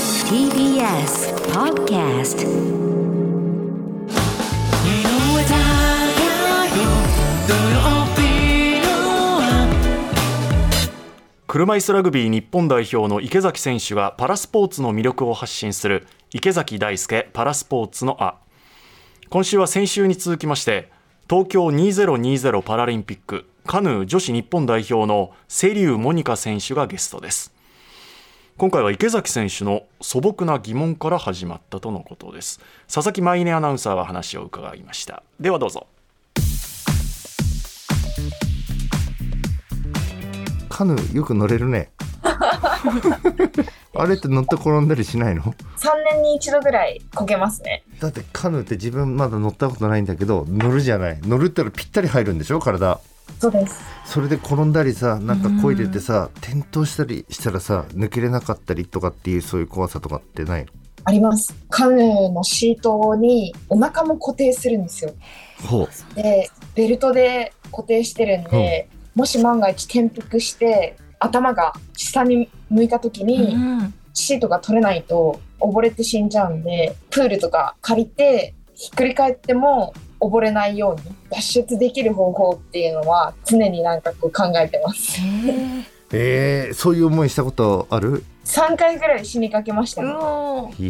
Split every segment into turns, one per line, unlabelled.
TBS Podcast
井上貴博土曜日の
車椅子ラグビー日本代表の池崎選手がパラスポーツの魅力を発信する池崎大輔パラスポーツのあ今週は先週に続きまして東京2020パラリンピックカヌー女子日本代表の瀬立モニカ選手がゲストです今回は池崎選手の素朴な疑問から始まったとのことです佐々木舞音アナウンサーは話を伺いましたではどうぞ
カヌーよく乗れる ねあれって乗って転んだりしないの
3年に一度ぐらいこけますね
だってカヌーって自分まだ乗ったことないんだけど乗るじゃない乗るったらぴったり入るんでしょ体
そうです
それで転んだりさなんか漕いでてさ転倒したりしたらさ抜けれなかったりとかっていうそういう怖さとかってない
ありますカヌーのシートにお腹も固定するんですよ
のほう
でベルトで固定してるんで、もし万が一転覆して頭が下に向いた時に、シートが取れないと溺れて死んじゃうんでプールとか借りてひっくり返っても溺れないように脱出できる方法っていうのは常になんかこう考えてます
えー、そういう思いしたことある
3回ぐらい死にかけましたね
い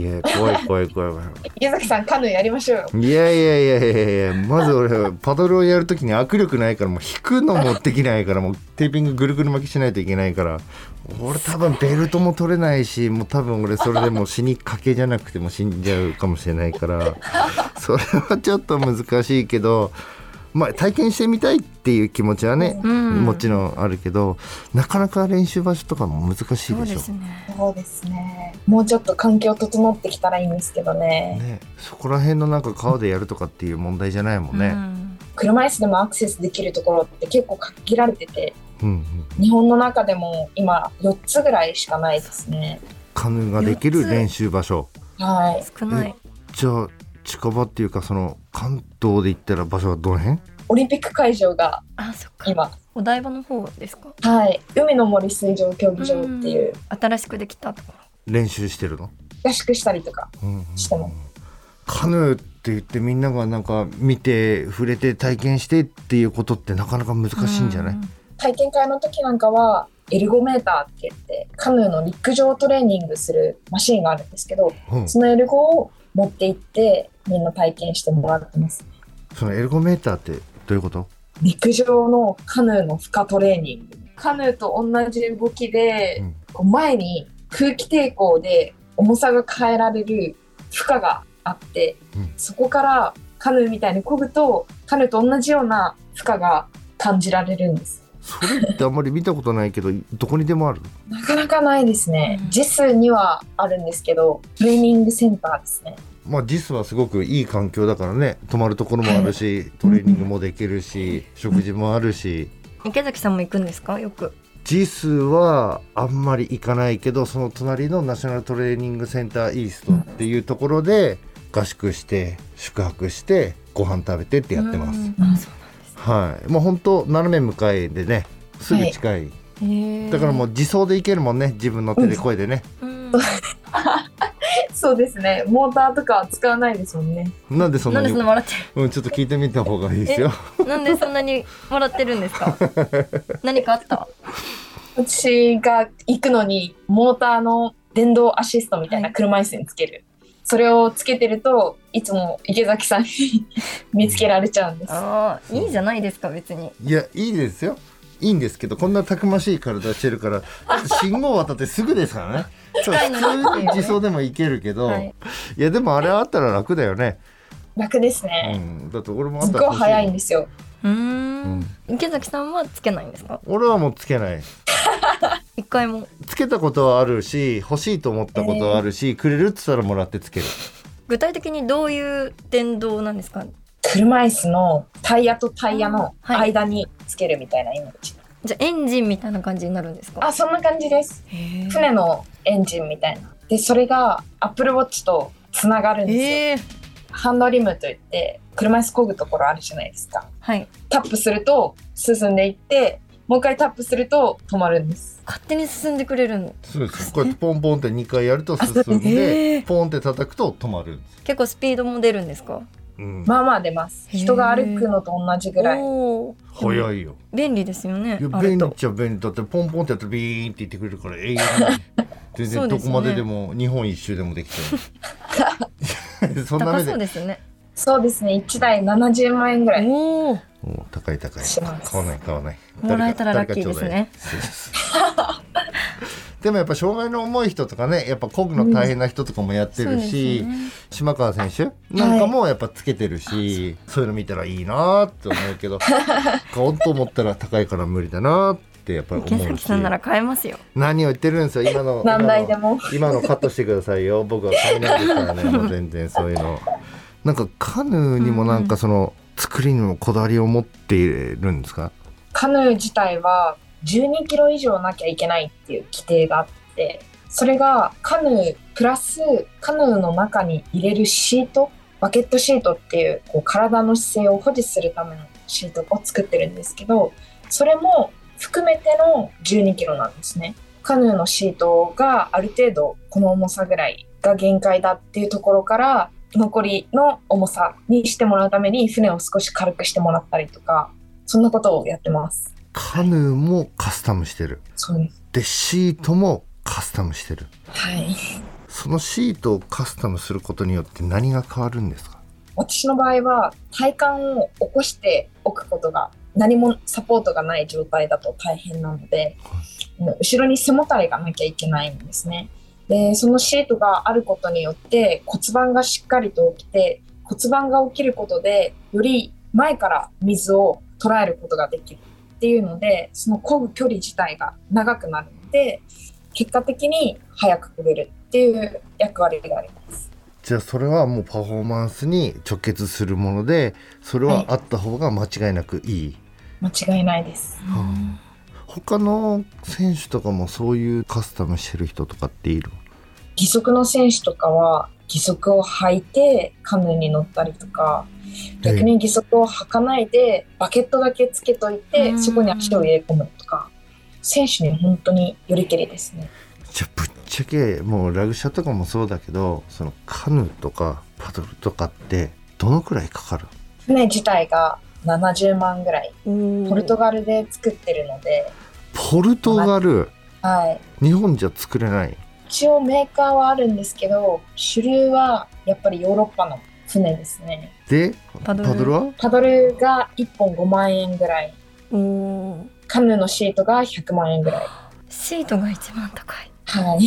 や怖い怖い怖い怖い
池崎さんカヌーやりましょうよ
いやいやいやいやいやまず俺パドルをやるときに握力ないからもう引くのもできないからもうテーピングぐるぐる巻きしないといけないから俺多分ベルトも取れないしもう多分俺それでもう死にかけじゃなくても死んじゃうかもしれないから それはちょっと難しいけど。まあ、体験してみたいっていう気持ちはね、もちろんあるけどなかなか練習場所とかも難しいでしょ
そうですね。もうちょっと環境整ってきたらいいんですけどね。
ね、そこら辺のなんか川でやるとかっていう問題じゃないもんね。
車椅子でもアクセスできるところって結構限られてて、
うんうん
日本の中でも今4つぐらいしかないですね。
カヌーができる練習場所
はい。
少ない。
じゃあ近場っていうかその関東で言ったら場所はどの辺
オリンピック会場が
あ、そっか。
今、
お台場の方ですか。
はい。海の森水上競技場っていう、
新しくできたとこ
練習してるの、
合宿したりとか
うんうん
しても。
カヌーって言ってみんながなんか見て触れて体験してっていうことってなかなか難
ろ。
しいんじゃない、
う
体験会の時なんかは、エルゴメーターって言って、カヌーの陸上トレーニングするマシンがあるんですけど、
うん
そのエルゴを持って行って、みんな体験してもらってます。
そのエルゴメーターってどういうこと
陸上のカヌーの負荷トレーニングカヌーと同じ動きで、
うん
こう前に空気抵抗で重さが変えられる負荷があって、
うん
そこからカヌーみたいに漕ぐとカヌーと同じような負荷が感じられるんです
それってあんまり見たことないけどどこにでもある
なかなかないですね、
うん
ジェスにはあるんですけどトレーニングセンターですね
まあ JIS はすごくいい環境だからね泊まるところもあるしトレーニングもできるし食事もあるし
池崎さんも行くんですか、よく。
ジスはあんまり行かないけどその隣のナショナルトレーニングセンターイーストっていうところで合宿して宿泊してご飯食べてってやってます、
うんあ、そう
はいもうほんと斜め向かいでねすぐ近い、
なん。へー
だからもう。自走で行けるもんね自分の手で声でね、
うん
そうですねモーターとかは使わないですもんね
なんでそん
な
なん
で
に
そんな笑って
うん、ちょっと聞いてみた方がいいですよ
る。なんでそんなに笑ってるんですか。何かあった。
私が行くのにモーターの電動アシストみたいな車椅子につける、それをつけてるといつも池崎さんに 見つけられちゃうんです
ああ、いいじゃないですか、別に。
いやいいですよいいんですけどこんなたくましい体してるからだって信号渡ってすぐですからねそう
近いのに
普通に自走でも行けるけど、
はいい、
やでもあれあったら楽だよね
楽です
う
ね、
ん、だって俺もあ
す
っ
ったごい早いん
で
ですよ
う
す
ん。池崎さんはつけないんですか。
俺はもうつけない
一回も。
つけたことはあるし欲しいと思ったことはあるし、くれるっつったらもらってつける
具体的にどういう電動なんですか。
車椅子のタイヤとタイヤの
はい
間につけるみたいなイメージ、
じゃあエンジンみたいな感じになるんですか。
あそんな感じです
へー
船のエンジンみたいなでそれがアップルウォッチとつながるんですよ、
ええ。
ハンドリムといって車椅子漕ぐところあるじゃないですか
はい。
タップすると進んでいってもう一回タップすると止まるんです。
勝手に進んでくれるの
そうですこうやってポンポンって2回やると進ん
へ
で
え
ポンって叩くと止まるんです、
結構スピードも出るんですか
うん、
まあまあ出ます。
へー
人が歩くのと同じぐらい。
おー
早いよ
便利ですよね
いや
あ
便
る
利
と
っちゃ便利だってポンポンってやったらビーンって言ってくれるから永遠に全
そ
然
うで
ど
す
こ
ね
まででも日本一周でもできちゃうそんな
高
目
そう
で
ですよね
そうですね。1台70万円ぐらい。
おお
お高い高い
します
買わない買わない
もらえたら
誰か
ラッキーですね
誰かちょうだいそうですでもやっぱ障害の重い人とかねやっぱ漕ぐの大変な人とかもやってるし、島川選手なんかもやっぱつけてるし、そういうの見たらいいなーって思うけど 買おうと思ったら高いから無理だなーってやっぱり
池
思う
崎
し
さんなら買えますよ
何を言ってるんですよ今の
何台でも
今の今のカットしてくださいよ僕は買えないです からねもう全然そういうのなんかカヌーにもなんかその、作りにもこだわりを持っているんですか
カヌー自体は12キロ以上なきゃいけないっていう規定があって、それがカヌープラスカヌーの中に入れるシート、バケットシートっていうこう体の姿勢を保持するためのシートを作ってるんですけど、それも含めての12キロなんですね。カヌーのシートがある程度この重さぐらいが限界だっていうところから残りの重さにしてもらうために船を少し軽くしてもらったりとかそんなことをやってます
カヌーもカスタムしてる
そうです
でシートもカスタムしてる
はい
そのシートをカスタムすることによって何が変わるんですか
私の場合は体幹を起こしておくことが何もサポートがない状態だと大変なので、うん後ろに背もたれがなきゃいけないんですねでそのシートがあることによって骨盤がしっかりと起きて骨盤が起きることでより前から水を捉えることができるっていうのでその漕ぐ距離自体が長くなるので結果的に早く漕げるっていう役割があります
じゃあそれはもうパフォーマンスに直結するものでそれはあった方が間違いなくいい、
間違いないです
はあ他の選手とかもそういうカスタムしてる人とかっている
義足の選手とかは義足を履いてカヌーに乗ったりとか逆に義足を履かないでバケットだけつけといて
うん
そこに足を入れ込むとか選手に本当によりけりですね
じゃあぶっちゃけもうラグシャとかもそうだけどそのカヌーとかパドルとかってどのくらいかかる
船自体が70万ぐらいポ
ポ
ルトガルで作ってるので、
ポルトガル
はい、
日本じゃ作れない
一応メーカーはあるんですけど主流はやっぱりヨーロッパの船ですね
で
パ
パ
ド
ド
ル
ルは
パドルが1本5万円ぐらい
おお
カヌーのシートが100万円ぐらい
シートが一番高い
はい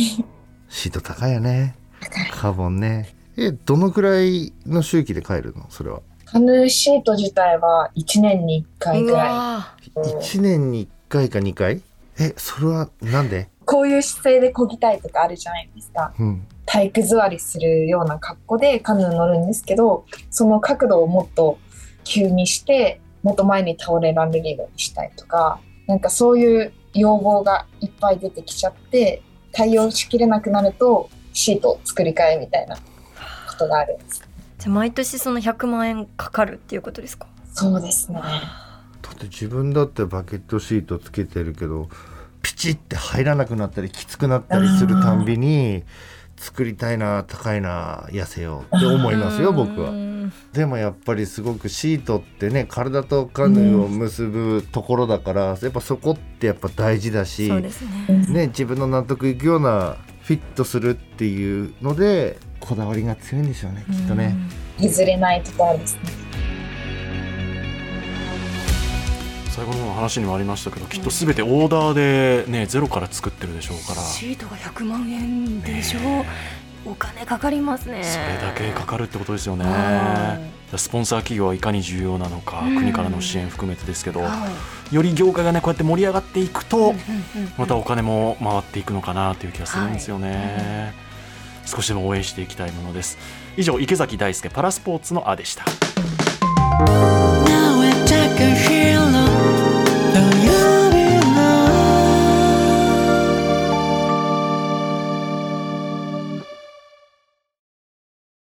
シート高いよね
高い
カーボンねえどのくらいの周期で帰るのそれは
カヌーシート自体は1年に1回
う
ぐら
わ
い
1年に1回か2回えそれはなんで、
こういう姿勢で漕ぎたいとかあるじゃないですか
うん、
体育座りするような格好でカヌー乗るんですけどその角度をもっと急にしてもっと前に倒れられるようにしたいとかなんかそういう要望がいっぱい出てきちゃって対応しきれなくなるとシートを作り替えみたいなことがあるんです
じゃあ毎年その100万円かかるっていうことですか
そうですね
だって自分だってバケットシートつけてるけどピチって入らなくなったりきつくなったりするたんびに作りたいな高いな痩せようって思いますよ僕
う
は。
ん
でもやっぱりすごくシートってね体とカヌーを結ぶところだから、やっぱそこってやっぱ大事だし、
そうですね
ね、自分の納得いくようなフィットするっていうのでこだわりが強いんでしょうねきっとね。
譲れないところですね
最後の方の話にもありましたけどきっと全てオーダーで、ね、ゼロから作ってるでしょうからそ
シートが100万円でしょ、お金かかりますね
れだけかかるってことですよね
は
スポンサー企業はいかに重要なのか
うん
国からの支援含めてですけど
は
より業界がねこうやって盛り上がっていくと
いうんうんうん
またお金も回っていくのかなという気がするんですよね、少しでも応援していきたいものです以上池崎大輔パラスポーツのあでした